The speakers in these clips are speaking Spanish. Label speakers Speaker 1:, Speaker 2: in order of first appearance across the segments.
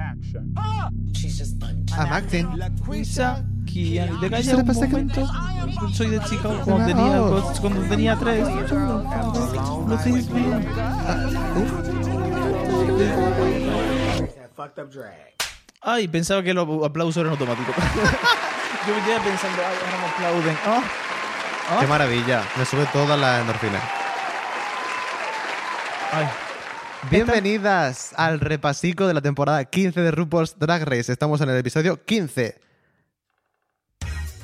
Speaker 1: Action.
Speaker 2: She's just
Speaker 3: I'm acting.
Speaker 4: Lisa, que ahí le cayó
Speaker 3: ¿Qué
Speaker 4: un
Speaker 3: pasa que-
Speaker 4: momento. Soy de Chicago cuando tenía, cuando tenía tres. No te inspira.
Speaker 2: that fucked up drag.
Speaker 4: Ay, pensaba que los aplausos eran automáticos. Yo me quedé pensando, ay, ahora me aplauden. Ah,
Speaker 3: Qué maravilla. Me sube toda la endorfina.
Speaker 4: Ay,
Speaker 3: Bienvenidas al repasico de la temporada 15 de RuPaul's Drag Race. Estamos en el episodio 15.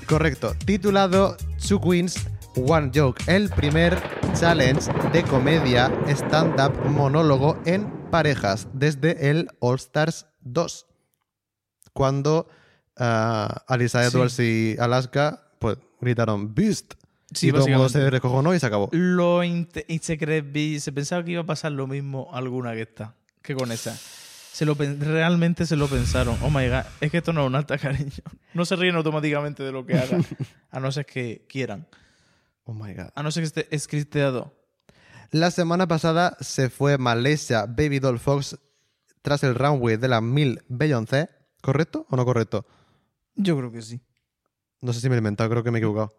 Speaker 3: Correcto. Titulado Two Queens, One Joke. El primer challenge de comedia stand-up monólogo en parejas desde el All Stars 2. Cuando ah, Alisa
Speaker 4: Sí.
Speaker 3: Edwards y Alaska pues, gritaron Beast.
Speaker 4: Sí,
Speaker 3: y todo el mundo
Speaker 4: básicamente.
Speaker 3: se recojonó y se acabó.
Speaker 4: lo inte- y se cree- vi- se pensaba que iba a pasar lo mismo alguna que esta, que con esa. Se lo pen- realmente se lo pensaron. Oh my god, es que esto no es un alta, cariño. No se ríen automáticamente de lo que hagan, a no ser que quieran,
Speaker 3: Oh my god.
Speaker 4: a no ser que esté escriteado.
Speaker 3: La semana pasada se fue Malaysia Baby Doll Fox tras el runway de la 1000 Beyoncé. ¿Correcto o no correcto?
Speaker 4: Yo creo que sí.
Speaker 3: No sé si me lo he inventado, creo que me he equivocado.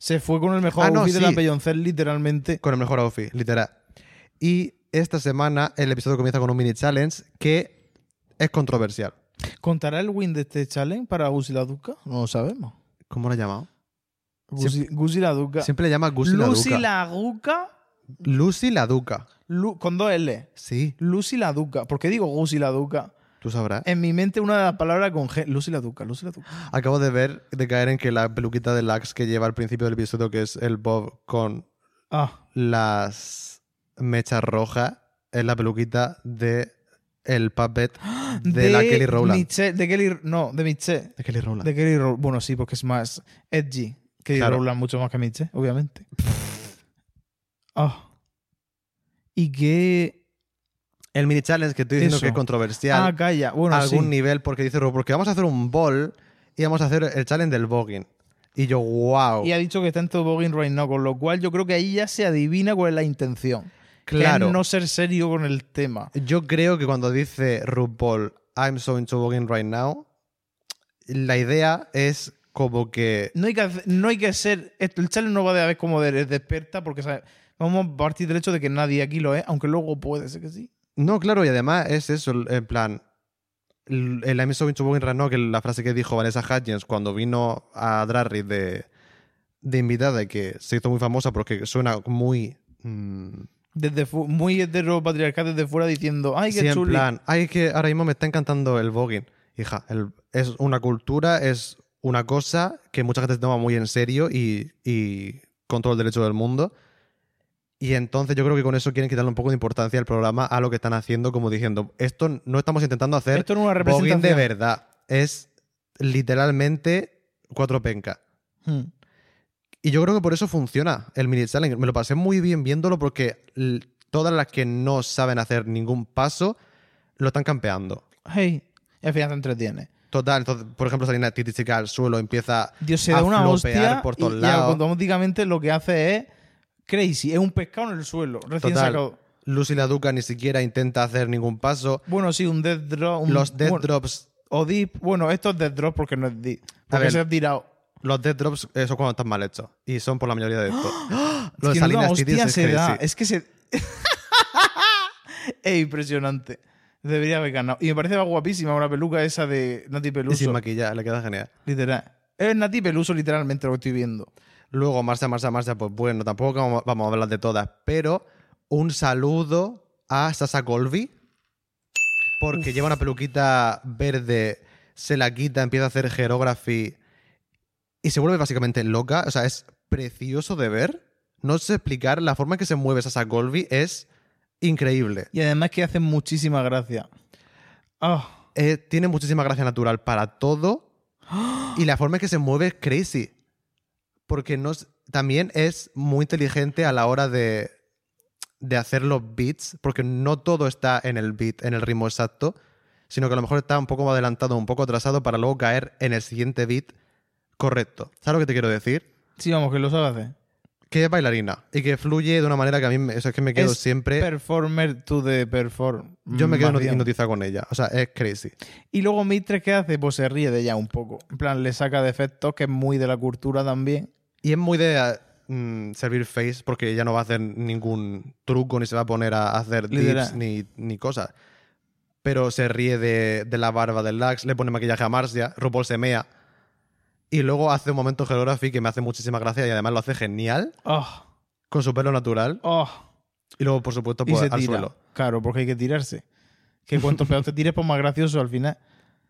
Speaker 4: Se fue con el mejor
Speaker 3: Ah, no,
Speaker 4: outfit de
Speaker 3: sí.
Speaker 4: la Beyoncé, literalmente.
Speaker 3: Con el mejor outfit, literal. Y esta semana el episodio comienza con un mini challenge que es controversial.
Speaker 4: ¿Contará el win de este challenge para Gusi la Duca? No lo sabemos.
Speaker 3: ¿Cómo lo ha llamado?
Speaker 4: Gusi Gusi la Duca.
Speaker 3: Siempre le llama Lucy la
Speaker 4: Lucy
Speaker 3: Duca.
Speaker 4: la Duca
Speaker 3: Lucy la Duca.
Speaker 4: Lu- con dos L.
Speaker 3: Sí,
Speaker 4: Lucy la Duca. ¿Por qué digo Gusi la Duca?
Speaker 3: tú sabrás.
Speaker 4: En mi mente una de las palabras con G. Lucy la Duca, Lucy la Duca.
Speaker 3: Acabo de ver, de caer en que la peluquita de Lax que lleva al principio del episodio, que es el Bob con
Speaker 4: Ah,
Speaker 3: las mechas rojas en la peluquita de el puppet de, la Kelly Rowland.
Speaker 4: Michelle- de Kelly, no, de Michelle.
Speaker 3: De Kelly Rowland.
Speaker 4: De Kelly Rowland. Bueno, sí, porque es más edgy. Kelly
Speaker 3: Claro.
Speaker 4: Rowland mucho más que Michelle, obviamente. Ah. Y que...
Speaker 3: El mini challenge que estoy diciendo
Speaker 4: Eso.
Speaker 3: que es controversial
Speaker 4: ah, calla. Bueno,
Speaker 3: a algún
Speaker 4: sí.
Speaker 3: nivel porque dice Ro, porque vamos a hacer un ball y vamos a hacer el challenge del voguing. Y yo, wow.
Speaker 4: Y ha dicho que está en toboggan right now, con lo cual yo creo que ahí ya se adivina cuál es la intención. Que es
Speaker 3: claro.
Speaker 4: no ser serio con el tema.
Speaker 3: Yo creo que cuando dice RuPaul, I'm so into voguing right now, la idea es como que
Speaker 4: No hay que, hacer- no hay que ser. esto- El challenge no va a haber como de desperta, porque ¿sabes? vamos a partir del hecho de que nadie aquí lo es, aunque luego puede ser que sí.
Speaker 3: No, claro, y además es eso, el- en plan. El el I'm so into Walking Right Now, que la frase que dijo Vanessa Hudgens cuando vino a Drag Race de, de invitada y que se hizo muy famosa porque suena muy. mm,
Speaker 4: Desde fu- muy heteropatriarcal desde fuera diciendo, ay,
Speaker 3: sí,
Speaker 4: qué
Speaker 3: en
Speaker 4: chuli.
Speaker 3: plan. Ay, es que ahora mismo me está encantando el voguing. Hija, el- es una cultura, es una cosa que mucha gente se toma muy en serio y, y con todo el derecho del mundo. Y entonces yo creo que con eso quieren quitarle un poco de importancia al programa a lo que están haciendo, como diciendo, esto no estamos intentando hacer
Speaker 4: Esto no es una
Speaker 3: Boggin
Speaker 4: representación.
Speaker 3: de verdad es literalmente cuatro pencas.
Speaker 4: Hmm.
Speaker 3: Y yo creo que por eso funciona el mini challenge. Me lo pasé muy bien viéndolo porque l- todas las que no saben hacer ningún paso lo están campeando.
Speaker 4: Hey. Y al final te entretienes.
Speaker 3: Total, entonces, por ejemplo, Salina Titica al suelo empieza
Speaker 4: Dios se
Speaker 3: a
Speaker 4: da una
Speaker 3: flopear
Speaker 4: hostia
Speaker 3: por
Speaker 4: y,
Speaker 3: todos
Speaker 4: y
Speaker 3: lados.
Speaker 4: automáticamente lo que hace es crazy. Es un pescado en el suelo, recién
Speaker 3: Total.
Speaker 4: sacado.
Speaker 3: Lucy la Duca ni siquiera intenta hacer ningún paso.
Speaker 4: Bueno, sí, un death drop. un-
Speaker 3: Los death
Speaker 4: bueno,
Speaker 3: drops,
Speaker 4: O dip. Bueno, esto es death drop porque no es dip. Porque
Speaker 3: ver.
Speaker 4: se ha tirado.
Speaker 3: los death drops eh, son cuando están mal hechos y son por la mayoría de estos. Lo de
Speaker 4: Es que menuda
Speaker 3: Salinas
Speaker 4: hostia
Speaker 3: Titis es
Speaker 4: se da.
Speaker 3: crazy.
Speaker 4: Es que se. es impresionante. Debería haber ganado. Y me parece guapísima una peluca esa de Nati
Speaker 3: Y sin
Speaker 4: Peluso.
Speaker 3: maquillar, le queda genial.
Speaker 4: Literal. Es Nati Peluso, literalmente, lo que estoy viendo.
Speaker 3: Luego, Marcia, Marcia, Marcia, pues bueno, tampoco vamos- vamos a hablar de todas, pero un saludo a Sasa Colby, porque lleva una peluquita verde, se la quita, empieza a hacer jerography y se vuelve básicamente loca. O sea, es precioso de ver. No sé explicar, la forma en que se mueve Sasa Colby es increíble.
Speaker 4: Y además que hacen muchísima gracia. Ah.
Speaker 3: Eh, tiene muchísima gracia natural para todo. Y la forma en que se mueve es crazy. Porque no es- también es muy inteligente a la hora de, de hacer los beats. Porque no todo está en el beat, en el ritmo exacto. Sino que a lo mejor está un poco adelantado, un poco atrasado para luego caer en el siguiente beat correcto. ¿Sabes lo que te quiero decir?
Speaker 4: Sí, vamos, que lo sabe hacer.
Speaker 3: Que es bailarina y que fluye de una manera que a mí me- eso es que me quedo
Speaker 4: Es
Speaker 3: siempre.
Speaker 4: Performer to the perform.
Speaker 3: Eh, Yo me quedo
Speaker 4: Más bien.
Speaker 3: hipnotizado con ella. O sea, es crazy.
Speaker 4: Y luego Mitre, ¿qué hace? Pues se ríe de ella un poco. En plan, le saca defectos, que es muy de la cultura también.
Speaker 3: Y es muy de eh, mm, servir face porque ella no va a hacer ningún truco ni se va a poner a hacer dips
Speaker 4: Literal.
Speaker 3: ni, ni cosas. Pero se ríe de, de la barba del Lax, le pone maquillaje a Marcia, RuPaul se mea. Y luego hace un momento geography que me hace muchísima gracia y además lo hace genial
Speaker 4: Oh,
Speaker 3: con su pelo natural.
Speaker 4: oh.
Speaker 3: Y luego, por supuesto,
Speaker 4: Y
Speaker 3: pues,
Speaker 4: se
Speaker 3: al
Speaker 4: tira.
Speaker 3: suelo.
Speaker 4: Claro, porque hay que tirarse. Que cuanto peor te tires, pues más gracioso al final.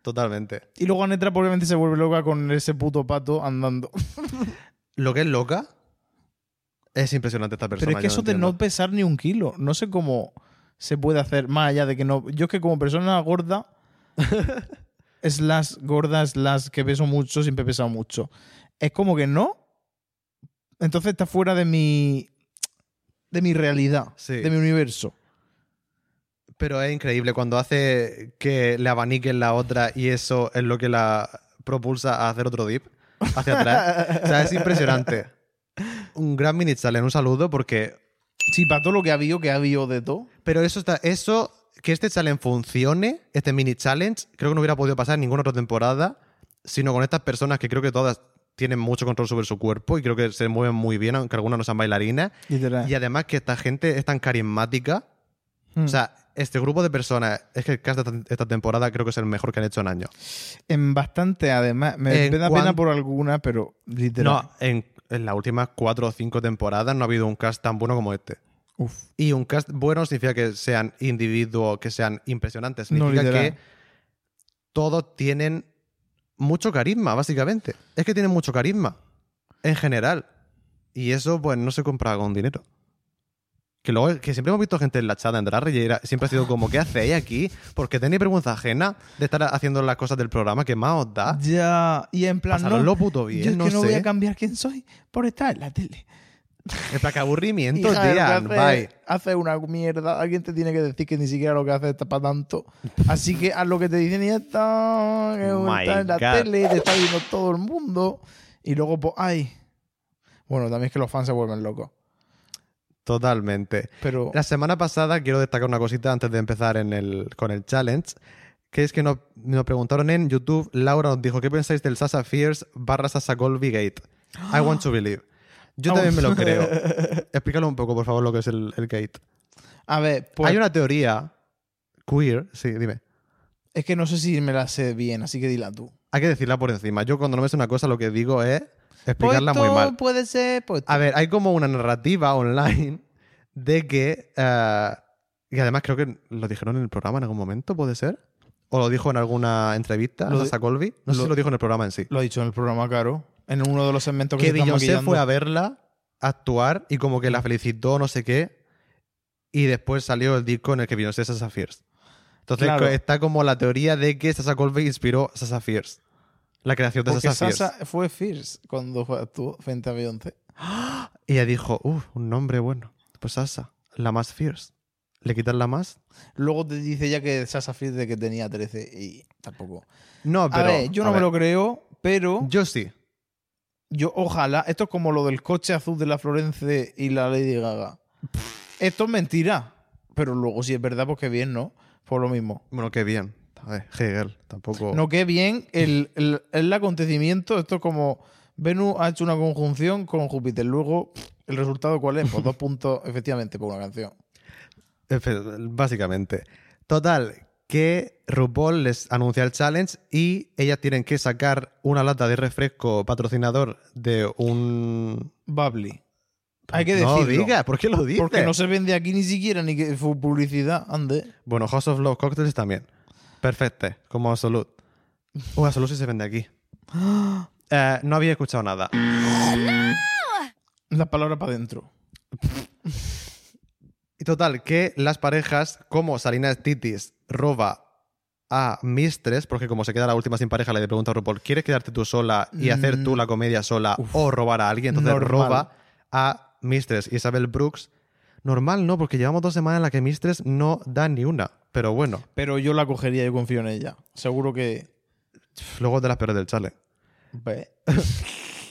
Speaker 3: Totalmente.
Speaker 4: Y luego Anetra probablemente se vuelve loca con ese puto pato andando.
Speaker 3: Lo que es loca es impresionante esta persona.
Speaker 4: Pero es que
Speaker 3: yo
Speaker 4: eso de
Speaker 3: entiendo.
Speaker 4: no pesar ni un kilo. No sé cómo se puede hacer más allá de que no. Yo es que como persona gorda, slash gorda, slash que peso mucho, siempre he pesado mucho. Es como que no. Entonces está fuera de mi. de mi realidad,
Speaker 3: Sí.
Speaker 4: de mi universo.
Speaker 3: Pero es increíble cuando hace que le abaniquen la otra y eso es lo que la propulsa a hacer otro dip hacia atrás. o sea, es impresionante. Un gran mini challenge, un saludo porque...
Speaker 4: Sí, para todo lo que ha habido, que ha habido de todo.
Speaker 3: Pero eso está... Eso, que este challenge funcione, este mini challenge, creo que no hubiera podido pasar en ninguna otra temporada, sino con estas personas que creo que todas tienen mucho control sobre su cuerpo y creo que se mueven muy bien, aunque algunas no sean bailarinas.
Speaker 4: Literal.
Speaker 3: Y además que esta gente es tan carismática.
Speaker 4: Mm.
Speaker 3: O sea, este grupo de personas, es que el cast de esta- esta temporada creo que es el mejor que han hecho en años.
Speaker 4: En bastante, además. Me
Speaker 3: En
Speaker 4: da
Speaker 3: cuan-
Speaker 4: pena por alguna, pero literal.
Speaker 3: No, en, en las últimas cuatro o cinco temporadas no ha habido un cast tan bueno como este.
Speaker 4: Uf.
Speaker 3: Y un cast bueno significa que sean individuos, que sean impresionantes. Significa
Speaker 4: literal.
Speaker 3: que todos tienen mucho carisma, básicamente. Es que tienen mucho carisma, en general. Y eso, pues, no se compra con dinero. Que luego, que siempre hemos visto gente enlachada en Drag Race y era- siempre ha sido como, ¿qué hacéis aquí? Porque tenéis vergüenza ajena de estar haciendo las cosas del programa que más os da.
Speaker 4: Ya. Y en plan. no,
Speaker 3: Pasaros lo puto bien,
Speaker 4: Yo es
Speaker 3: no
Speaker 4: que no voy
Speaker 3: sé.
Speaker 4: a cambiar quién soy por estar en la tele.
Speaker 3: En plan, qué aburrimiento,
Speaker 4: Hija de lo que
Speaker 3: tía.
Speaker 4: hace-
Speaker 3: Bye.
Speaker 4: hace una mierda. Alguien te tiene que decir que ni siquiera lo que haces está para tanto. Así que haz lo que te dicen y ya está. Que
Speaker 3: Oh My
Speaker 4: está en la
Speaker 3: God.
Speaker 4: tele, te está viendo todo el mundo. Y luego, pues, ay. Bueno, también es que los fans se vuelven locos.
Speaker 3: Totalmente.
Speaker 4: Pero
Speaker 3: La semana pasada quiero destacar una cosita antes de empezar en el, con el challenge, que es que nos, nos preguntaron en YouTube, Laura nos dijo, ¿qué pensáis del Sasa Fierce barra Sasa Golby Gate? I want to believe. Yo
Speaker 4: I
Speaker 3: también me
Speaker 4: want-
Speaker 3: lo creo. Explícalo un poco, por favor, lo que es el, el gate.
Speaker 4: a ver, pues,
Speaker 3: Hay una teoría queer, sí, dime.
Speaker 4: es que no sé si me la sé bien, así que dila tú.
Speaker 3: Hay que decirla por encima. Yo cuando no me sé una cosa lo que digo es
Speaker 4: Pues
Speaker 3: explicarla muy
Speaker 4: esto
Speaker 3: mal. Ah.
Speaker 4: Puede ser, pues,
Speaker 3: A ver, hay como una narrativa online de que. eh, y además creo que lo dijeron en el programa en algún momento, ¿puede ser? ¿O lo dijo en alguna entrevista
Speaker 4: Lo
Speaker 3: a Sasa Colby? No sé
Speaker 4: lo-
Speaker 3: si lo dijo en el programa en sí.
Speaker 4: lo ha dicho en el programa, Caro. En uno de los segmentos que,
Speaker 3: Que
Speaker 4: se están
Speaker 3: Beyoncé
Speaker 4: maquillando.
Speaker 3: fue a verla actuar y como que la felicitó, no sé qué. Y después salió el disco en el que Beyoncé es Sasa Fierce. Entonces
Speaker 4: Claro.
Speaker 3: está como la teoría de que Sasa Colby inspiró Sasa Fierce. La creación de
Speaker 4: Porque
Speaker 3: Sasa Fierce.
Speaker 4: Sasa fue Fierce cuando fue- actuó frente a Beyoncé.
Speaker 3: Y ella dijo, uff, un nombre bueno. Pues Sasa, la más fierce. ¿Le quitas la más?
Speaker 4: Luego te dice ya que Sasa Fierce de que tenía 13 y tampoco.
Speaker 3: No, pero.
Speaker 4: a ver, yo no
Speaker 3: a
Speaker 4: me
Speaker 3: ver,
Speaker 4: lo creo, pero yo,
Speaker 3: Yo sí.
Speaker 4: ojalá. Esto es como lo del coche azul de la Florence y la Lady Gaga. Esto es mentira. Pero luego, si es verdad, pues qué bien, ¿no? Por lo mismo.
Speaker 3: Bueno, qué bien. A ver, Hegel, tampoco.
Speaker 4: No, qué bien el, el- el acontecimiento. Esto es como Venus ha hecho una conjunción con Júpiter. Luego, ¿el resultado cuál es? Pues dos puntos, efectivamente, por una canción.
Speaker 3: Efe- Básicamente. Total, que RuPaul les anuncia el challenge y ellas tienen que sacar una lata de refresco patrocinador de un.
Speaker 4: Bubbly. Hay que
Speaker 3: No
Speaker 4: decirlo.
Speaker 3: digas, ¿por qué lo dices?
Speaker 4: Porque no se vende aquí ni siquiera ni que fue publicidad, ande.
Speaker 3: Bueno, House of Love Cocktails también. Perfecto, como Absolut. Uy, Absolut sí se vende aquí. Eh, no había escuchado nada.
Speaker 4: Las palabras para adentro.
Speaker 3: Y total, que las parejas como Salinas Titis roba a Mistress, porque como se queda la última sin pareja, le pregunta a RuPaul, ¿quieres quedarte tú sola y hacer tú la comedia sola o robar a alguien? Entonces
Speaker 4: normal.
Speaker 3: roba a Mistress Isabel Brooks. Normal no, porque llevamos dos semanas en las que Mistress no da ni una. Pero bueno,
Speaker 4: Pero yo la cogería, yo confío en ella. Seguro que.
Speaker 3: luego de las peores del chale.
Speaker 4: Ve.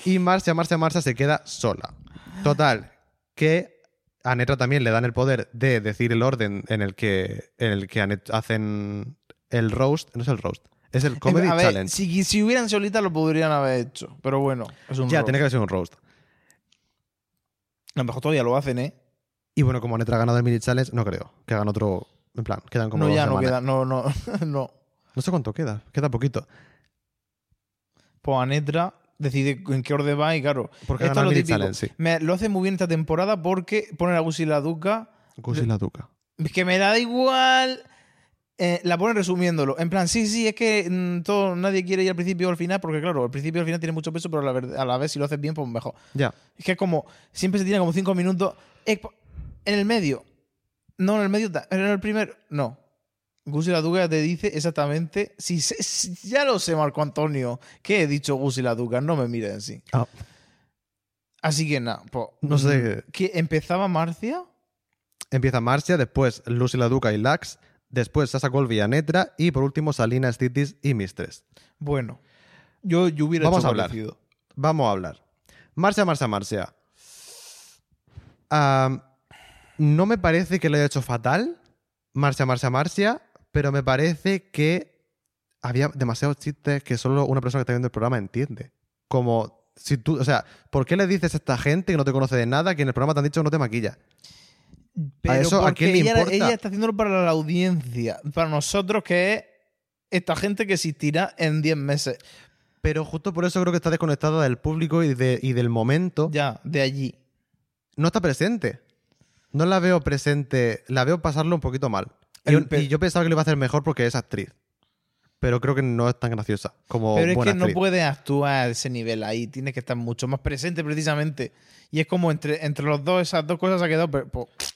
Speaker 3: Y Marcia, Marcia, Marcia se queda sola. Total, que a Netra también le dan el poder de decir el orden en el que, en el que a Net- hacen el roast. No es el roast, es el Comedy
Speaker 4: Eh, A ver,
Speaker 3: Challenge.
Speaker 4: Si, si hubieran solita lo podrían haber hecho. Pero bueno, es un
Speaker 3: ya,
Speaker 4: robo.
Speaker 3: tiene que haber sido un roast.
Speaker 4: A lo mejor todavía lo hacen, ¿eh?
Speaker 3: Y bueno, como Netra ha ganado el Mini Challenge, no creo que hagan otro. En plan, quedan como
Speaker 4: no,
Speaker 3: dos
Speaker 4: ya no
Speaker 3: semanas.
Speaker 4: queda. No, no, no.
Speaker 3: No sé cuánto queda, queda poquito.
Speaker 4: Pues Anetra decide en qué orden va y claro.
Speaker 3: Porque
Speaker 4: esto
Speaker 3: ganó el
Speaker 4: es lo
Speaker 3: Mini
Speaker 4: típico.
Speaker 3: Challenge, sí.
Speaker 4: Me- lo hace muy bien esta temporada porque pone a Gusi la Duca.
Speaker 3: Gusi
Speaker 4: Le-
Speaker 3: la Duca.
Speaker 4: Es que me da igual. Eh, la ponen resumiéndolo. En plan, sí, sí, es que mm, todo, nadie quiere ir al principio o al final, porque claro, al principio y al final tiene mucho peso, pero a la, verd- a la vez si lo haces bien, pues mejor.
Speaker 3: Ya.
Speaker 4: Es que es como, siempre se tiene como cinco minutos. Es po- En el medio. No, en el medio. ta- En el primero. No. Gus y la Duca te dice exactamente. Si, sé- si- ya lo sé, Marco Antonio. ¿Qué he dicho Gus y la Duca? No me miren así.
Speaker 3: Ah.
Speaker 4: Así que nada. po-
Speaker 3: No sé.
Speaker 4: ¿Que empezaba Marcia?
Speaker 3: Empieza Marcia, después Lucy la Duca y Lax, después Sasa Colby y Anetra, y por último Salina, Stitis y Mistress.
Speaker 4: Bueno. Yo, yo hubiera
Speaker 3: Vamos
Speaker 4: hecho
Speaker 3: a hablar.
Speaker 4: parecido.
Speaker 3: Vamos a hablar. Marcia, Marcia, Marcia. Am, no me parece que lo haya hecho fatal, Marcia, Marcia, Marcia, pero me parece que había demasiados chistes que solo una persona que está viendo el programa entiende. Como si tú, o sea, ¿por qué le dices a esta gente que no te conoce de nada que en el programa te han dicho que no te maquilla?
Speaker 4: Pero
Speaker 3: eso a quién
Speaker 4: porque
Speaker 3: le
Speaker 4: ella,
Speaker 3: importa?
Speaker 4: ella está haciéndolo para la audiencia. Para nosotros, que es esta gente que existirá en 10 meses.
Speaker 3: Pero justo por eso creo que está desconectada del público y, de- y del momento.
Speaker 4: Ya, de allí.
Speaker 3: No está presente. No la veo presente. La veo pasarlo un poquito mal. Y,
Speaker 4: El pe-
Speaker 3: y yo pensaba que lo iba a hacer mejor porque es actriz. Pero creo que no es tan graciosa como
Speaker 4: Pero es que
Speaker 3: Oh, buena
Speaker 4: no
Speaker 3: actriz.
Speaker 4: puedes actuar a ese nivel ahí, tienes que estar mucho más presente precisamente. Y es como entre, entre los dos, esas dos cosas ha quedado... Pero, pues, po-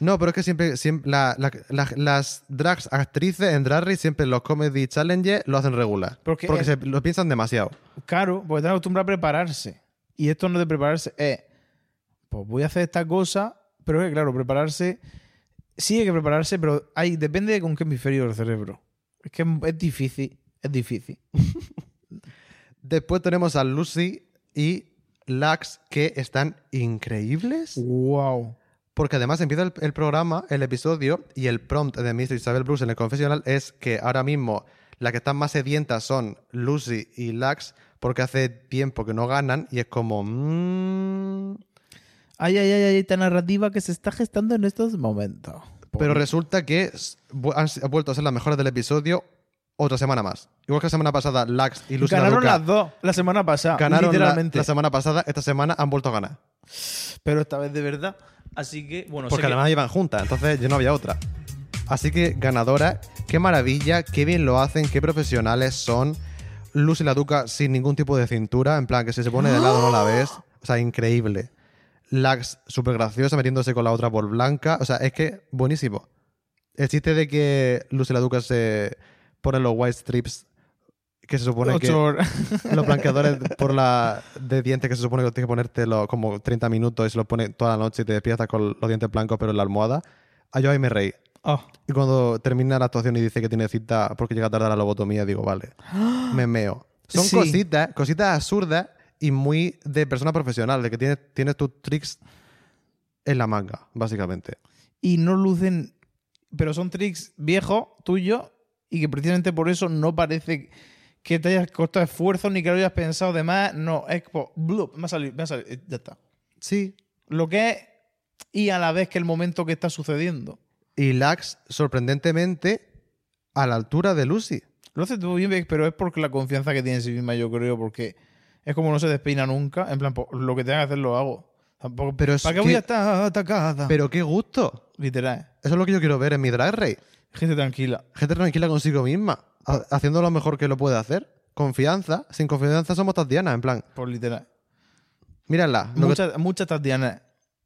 Speaker 3: No, pero es que siempre, siempre la- la- la- las drags actrices en Drag Race siempre los comedy challenges lo hacen regular.
Speaker 4: Porque-
Speaker 3: porque se lo piensan demasiado.
Speaker 4: claro, porque pues estás acostumbrado a prepararse. Y esto no es de prepararse, es... Pues voy a hacer esta cosa, pero es que claro, prepararse... Sí hay que prepararse, pero hay, depende de con qué hemisferio del cerebro. Es que es, es difícil, es difícil.
Speaker 3: Después tenemos a Lucy y Lax que están increíbles.
Speaker 4: ¡Wow!
Speaker 3: Porque además empieza el, el programa, el episodio, y el prompt de Mr. Isabel Bruce en el confesional es que ahora mismo las que están más sedientas son Lucy y Lax, porque hace tiempo que no ganan, y es como. mm,
Speaker 4: Pues Ay, ay, ay, ay, esta narrativa que se está gestando en estos momentos.
Speaker 3: Pero resulta que s- vu- han s- han vuelto a ser las mejores del episodio otra semana más. Igual que la semana pasada, Lax y Lucy
Speaker 4: Ganaron
Speaker 3: Laduca
Speaker 4: las dos la semana pasada,
Speaker 3: ganaron la-
Speaker 4: literalmente.
Speaker 3: la semana pasada, esta semana han vuelto a ganar.
Speaker 4: pero esta vez de verdad. Así que, bueno, sé
Speaker 3: Porque
Speaker 4: que-
Speaker 3: además iban juntas, entonces ya no había otra. Así que ganadora, qué maravilla, qué bien lo hacen, qué profesionales son. Lucy la Duca sin ningún tipo de cintura, en plan que si se pone de lado no la ves. O sea, increíble. Lax súper graciosa metiéndose con la otra por blanca. O sea, es que buenísimo. El chiste de que Lucy la Duca se pone los white strips que se supone
Speaker 4: Ocho
Speaker 3: que
Speaker 4: horas.
Speaker 3: los blanqueadores por la de dientes que se supone que los tienes que ponerte lo- como 30 minutos y se los pone toda la noche y te despiertas con los dientes blancos pero en la almohada. Ah, yo ahí me reí.
Speaker 4: Oh.
Speaker 3: Y cuando termina la actuación y dice que tiene cita porque llega tarde a la lobotomía, digo, vale, me meo. Son
Speaker 4: Sí.
Speaker 3: cositas, cositas absurdas y muy de persona profesional, de que tienes, tienes tus tricks en la manga, básicamente.
Speaker 4: Y no lucen. Pero son tricks viejos, tuyos, y que precisamente por eso no parece que te hayas costado esfuerzo ni que lo hayas pensado de más. No, es como. blup, me ha salido, me ha salido, eh, ya está.
Speaker 3: Sí.
Speaker 4: Lo que es. Y a la vez que el momento que está sucediendo.
Speaker 3: Y Lax, sorprendentemente, a la altura de Lucy.
Speaker 4: Lo hace todo bien, pero es porque la confianza que tiene en sí misma, yo creo, porque es como no se despeina nunca. En plan, po, lo que tenga que hacer lo hago. Tampoco,
Speaker 3: Pero es
Speaker 4: ¿Para qué
Speaker 3: que-
Speaker 4: voy a estar atacada?
Speaker 3: Pero qué gusto.
Speaker 4: Literal.
Speaker 3: Eso es lo que yo quiero ver en mi drag race.
Speaker 4: Gente tranquila.
Speaker 3: gente tranquila consigo misma, ha- haciendo lo mejor que lo puede hacer. Confianza. Sin confianza somos Tatiana, en plan.
Speaker 4: Por literal.
Speaker 3: Mírala. lo que-
Speaker 4: Muchas muchas Tatianas.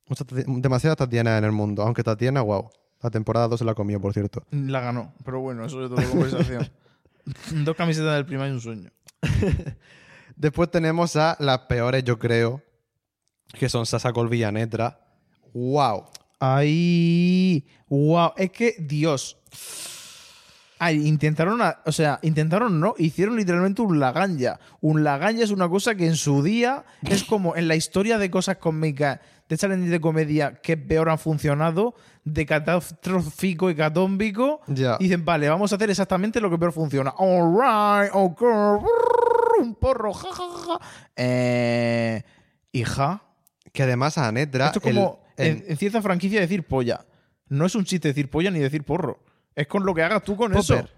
Speaker 3: muchas Tati- demasiadas Tatiana en el mundo, aunque Tatiana, wow. La temporada 2 se la comió, por cierto.
Speaker 4: La ganó, pero bueno, eso es otra conversación. Dos camisetas del prima y un sueño.
Speaker 3: Después tenemos a las peores, yo creo, que son Sasa Colby y Anetra. ¡Wow!
Speaker 4: Ay, wow, es que Dios. Ay, intentaron, a- o sea, intentaron no, hicieron literalmente un laganja. Un laganja es una cosa que en su día es como en la historia de cosas cómicas, de challenges de comedia que peor han funcionado, de catastrófico y catómbico.
Speaker 3: Ya.
Speaker 4: Dicen, vale, vamos a hacer exactamente lo que peor funciona. All right, ok, brrr, un porro, ja, ja, ja, ja. Eh, hija.
Speaker 3: Que además a Anetra.
Speaker 4: Esto es como en, en cierta franquicia decir polla. No es un chiste decir polla ni decir porro. Es con lo que hagas tú con
Speaker 3: Popper.
Speaker 4: eso.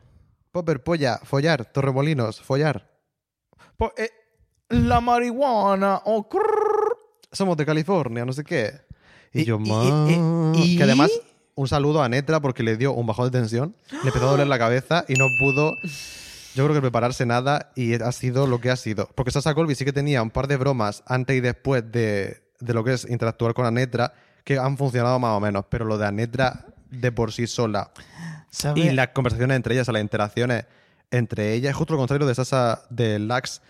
Speaker 3: Popper, polla, follar, torremolinos, follar.
Speaker 4: Po- eh, la marihuana o crrrr.
Speaker 3: Somos de California, no sé qué. Y,
Speaker 4: Y-
Speaker 3: yo,
Speaker 4: y-
Speaker 3: más.
Speaker 4: y- y-
Speaker 3: Que además, un saludo a Netra porque le dio un bajón de tensión, le empezó a doler la cabeza y no pudo, yo creo que prepararse nada y ha sido lo que ha sido. Porque Sasa Colby sí que tenía un par de bromas antes y después de, de lo que es interactuar con Anetra que han funcionado más o menos, pero lo de Anetra de por sí sola
Speaker 4: ¿Sabes?
Speaker 3: y las conversaciones entre ellas, o las interacciones entre ellas, es justo lo contrario de Sasa, de Lax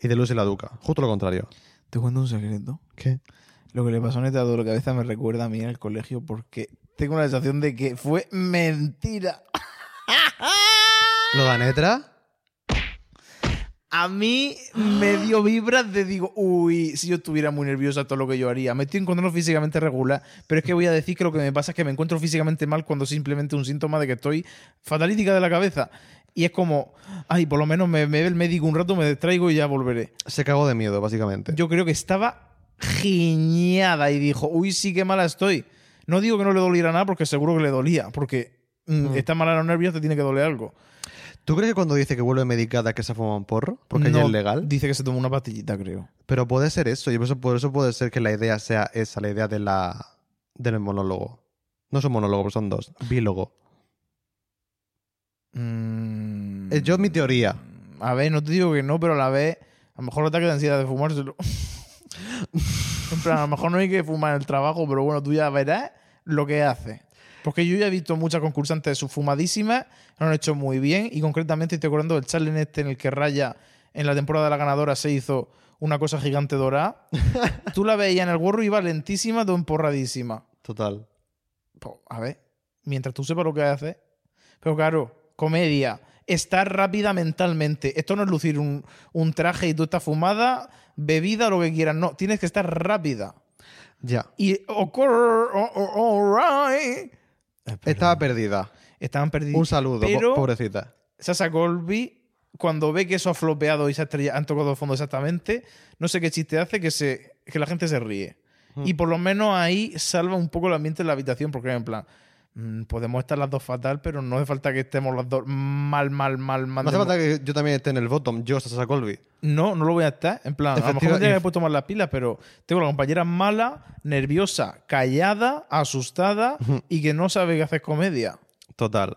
Speaker 3: y de Lucy la Duca. Justo lo contrario.
Speaker 4: Te cuento un secreto.
Speaker 3: ¿Qué?
Speaker 4: Lo que le pasó a Neta de la cabeza me recuerda a mí en el colegio porque tengo la sensación de que fue mentira.
Speaker 3: ¿Lo de Anetra?
Speaker 4: A mí me dio vibras de digo, uy, si yo estuviera muy nerviosa, todo lo que yo haría. Me estoy encontrando físicamente regular, pero es que voy a decir que lo que me pasa es que me encuentro físicamente mal cuando es simplemente un síntoma de que estoy fatalítica de la cabeza. Y es como, ay, por lo menos me, me ve el médico un rato, me distraigo y ya volveré.
Speaker 3: Se cagó de miedo, básicamente.
Speaker 4: Yo creo que estaba giñada y dijo, uy, sí que mala estoy. No digo que no le doliera nada porque seguro que le dolía, porque mm, está mala los nervios, te tiene que doler algo.
Speaker 3: ¿Tú crees que cuando dice que vuelve medicada que se ha fumado un porro? Porque ya
Speaker 4: No,
Speaker 3: es legal.
Speaker 4: Dice que se tomó una pastillita, creo.
Speaker 3: Pero puede ser eso. Y por eso, por eso puede ser que la idea sea esa, la idea de la, del monólogo. No son monólogos, son dos. Bílogo.
Speaker 4: Mm.
Speaker 3: Es yo mi teoría.
Speaker 4: A ver, no te digo que no, pero a la vez, a lo mejor el ataque de ansiedad de fumárselo. en plan, a lo mejor no hay que fumar en el trabajo, pero bueno, tú ya verás lo que hace. Porque yo ya he visto muchas concursantes subfumadísimas, lo han hecho muy bien, y concretamente estoy acordando del challenge este en el que Raya, en la temporada de la ganadora, se hizo una cosa gigante dorada. tú la veías en el gorro y iba lentísima, todo emporradísima.
Speaker 3: Total.
Speaker 4: Po, a ver, mientras tú sepas lo que haces. Pero claro, comedia, estar rápida mentalmente. Esto no es lucir un, un traje y tú estás fumada, bebida, lo que quieras. No, tienes que estar rápida.
Speaker 3: Ya.
Speaker 4: Y ocurre, o- o- all right.
Speaker 3: Estaba perdida.
Speaker 4: Estaban perdidos.
Speaker 3: Un saludo, po-
Speaker 4: Pero
Speaker 3: pobrecita.
Speaker 4: Sasa Colby, cuando ve que eso ha flopeado y se ha estrella- han tocado fondo exactamente, no sé qué chiste hace que, se, que la gente se ríe.
Speaker 3: Mm.
Speaker 4: Y por lo menos ahí salva un poco el ambiente de la habitación, porque en plan, mm, podemos estar las dos fatal, pero no hace falta que estemos las dos mal, mal, mal, mal.
Speaker 3: No hace
Speaker 4: de
Speaker 3: falta que yo también esté en el bottom. Yo, Sasa Colby.
Speaker 4: no, no lo voy a estar. En plan, a lo
Speaker 3: Efectiva-
Speaker 4: mejor ya
Speaker 3: inf-
Speaker 4: me he puesto más las pilas, pero tengo la compañera mala, nerviosa, callada, asustada y que no sabe qué hacer comedia.
Speaker 3: Total.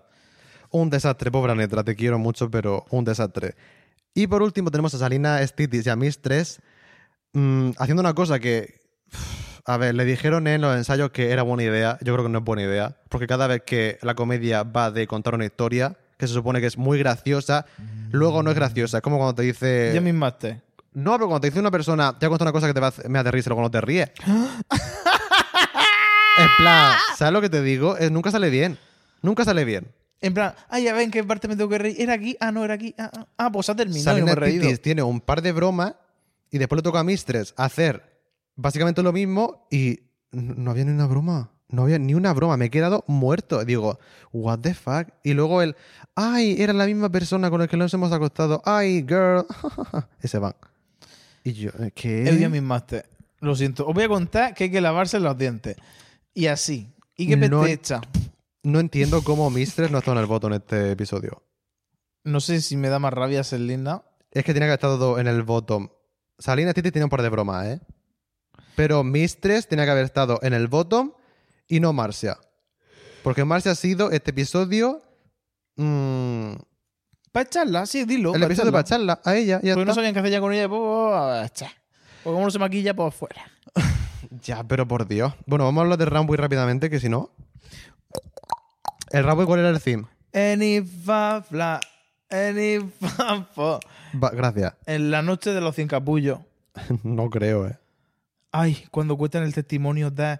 Speaker 3: Un desastre, pobre Anetra. Te quiero mucho, pero un desastre. Y por último tenemos a Salina Stitis y a Mistress mm, haciendo una cosa que... A ver, le dijeron en los ensayos que era buena idea. Yo creo que no es buena idea. Porque cada vez que la comedia va de contar una historia, que se supone que es muy graciosa, luego no es graciosa. Es como cuando te dice...
Speaker 4: Ya mis máster.
Speaker 3: No, pero cuando te dice una persona, te ha contado una cosa que te va a hacer- me hace reír, luego no te ríes. en plan, ¿sabes lo que te digo? Eh, nunca sale bien. Nunca sale bien.
Speaker 4: En plan, ay, ya ven qué parte me tengo que reír. Era aquí, ah, no, era aquí. Ah, ah, ah pues ha terminado. y no
Speaker 3: Salina
Speaker 4: me he reído.
Speaker 3: Titis tiene un par de bromas y después le toca a Mistress hacer básicamente lo mismo y n- no había ni una broma. No había ni una broma. Me he quedado muerto. Digo, what the fuck? Y luego el, ay, era la misma persona con la que nos hemos acostado. Ay, girl. y se van. Y yo, eh, ¿qué?
Speaker 4: El día mis máster. Lo siento. Os voy a contar que hay que lavarse los dientes. Y así. ¿Y qué
Speaker 3: No-
Speaker 4: peste hecha?
Speaker 3: No entiendo cómo Mistress no está en el voto en este episodio.
Speaker 4: No sé si me da más rabia Selena.
Speaker 3: Es que tiene que haber estado en el bottom. Salina Titi tiene un par de bromas, ¿eh? Pero Mistress tiene que haber estado en el bottom y no Marcia. Porque Marcia ha sido este episodio. mm,
Speaker 4: Para echarla, sí, dilo.
Speaker 3: el
Speaker 4: pa'
Speaker 3: episodio para echarla a ella. y ya
Speaker 4: Porque no
Speaker 3: está.
Speaker 4: sabían qué hacer ya con ella. Pues, pues, cha. Porque como no se maquilla, pues fuera.
Speaker 3: Ya, pero por Dios. Bueno, vamos a hablar de Ram muy rápidamente, que si no. ¿El rabo y cuál era el theme?
Speaker 4: Any fa, fla, any fa, fo.
Speaker 3: Va, gracias.
Speaker 4: En la noche de los cien capullos.
Speaker 3: no creo, eh.
Speaker 4: Ay, cuando cuentan el testimonio de...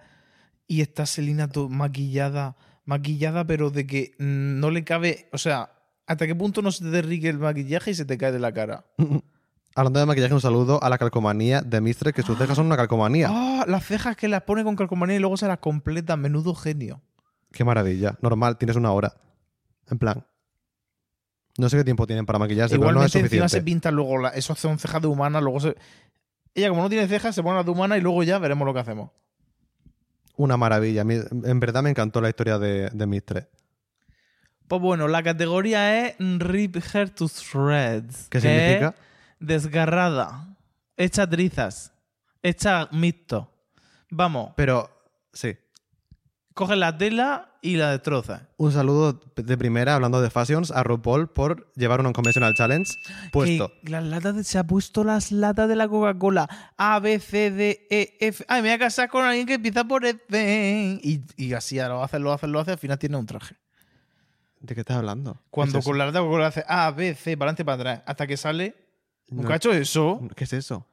Speaker 4: Y está Selina to- maquillada. Maquillada, pero de que mm, no le cabe... O sea, ¿hasta qué punto no se te derrique el maquillaje y se te cae de la cara?
Speaker 3: Hablando de maquillaje, un saludo a la calcomanía de Mistress, que sus cejas son una calcomanía.
Speaker 4: Ah, las cejas que las pone con calcomanía y luego se las completa. Menudo genio.
Speaker 3: Qué maravilla. Normal, tienes una hora. En plan. No sé qué tiempo tienen para maquillarse, pero no es
Speaker 4: Igualmente
Speaker 3: suficiente.
Speaker 4: encima se pintan luego la- eso son cejas de humana, luego se... Ella como no tiene cejas se pone las de humana y luego ya veremos lo que hacemos.
Speaker 3: Una maravilla. A mí, En verdad me encantó la historia de, de Mistress.
Speaker 4: Pues bueno, la categoría es Rip Her to Shreds.
Speaker 3: ¿Qué
Speaker 4: que
Speaker 3: significa?
Speaker 4: es Desgarrada. Hecha trizas. Hecha mixto. Vamos,
Speaker 3: Pero, sí.
Speaker 4: coge la tela y la destroza.
Speaker 3: Un saludo de primera, hablando de fashions, a RuPaul por llevar un Unconventional Challenge puesto.
Speaker 4: Que las latas de- se ha puesto las latas de la Coca-Cola. A, B, C, D, E, F. Ay, me voy a casar con alguien que empieza por F. Y, y así lo hace, lo hace, lo hace. Al final tiene un traje.
Speaker 3: ¿De qué estás hablando?
Speaker 4: Cuando
Speaker 3: ¿Qué es
Speaker 4: con la lata de Coca-Cola hace A, B, C, para adelante, para atrás. Hasta que sale.
Speaker 3: No.
Speaker 4: Nunca ha hecho eso.
Speaker 3: eso? ¿Qué es eso?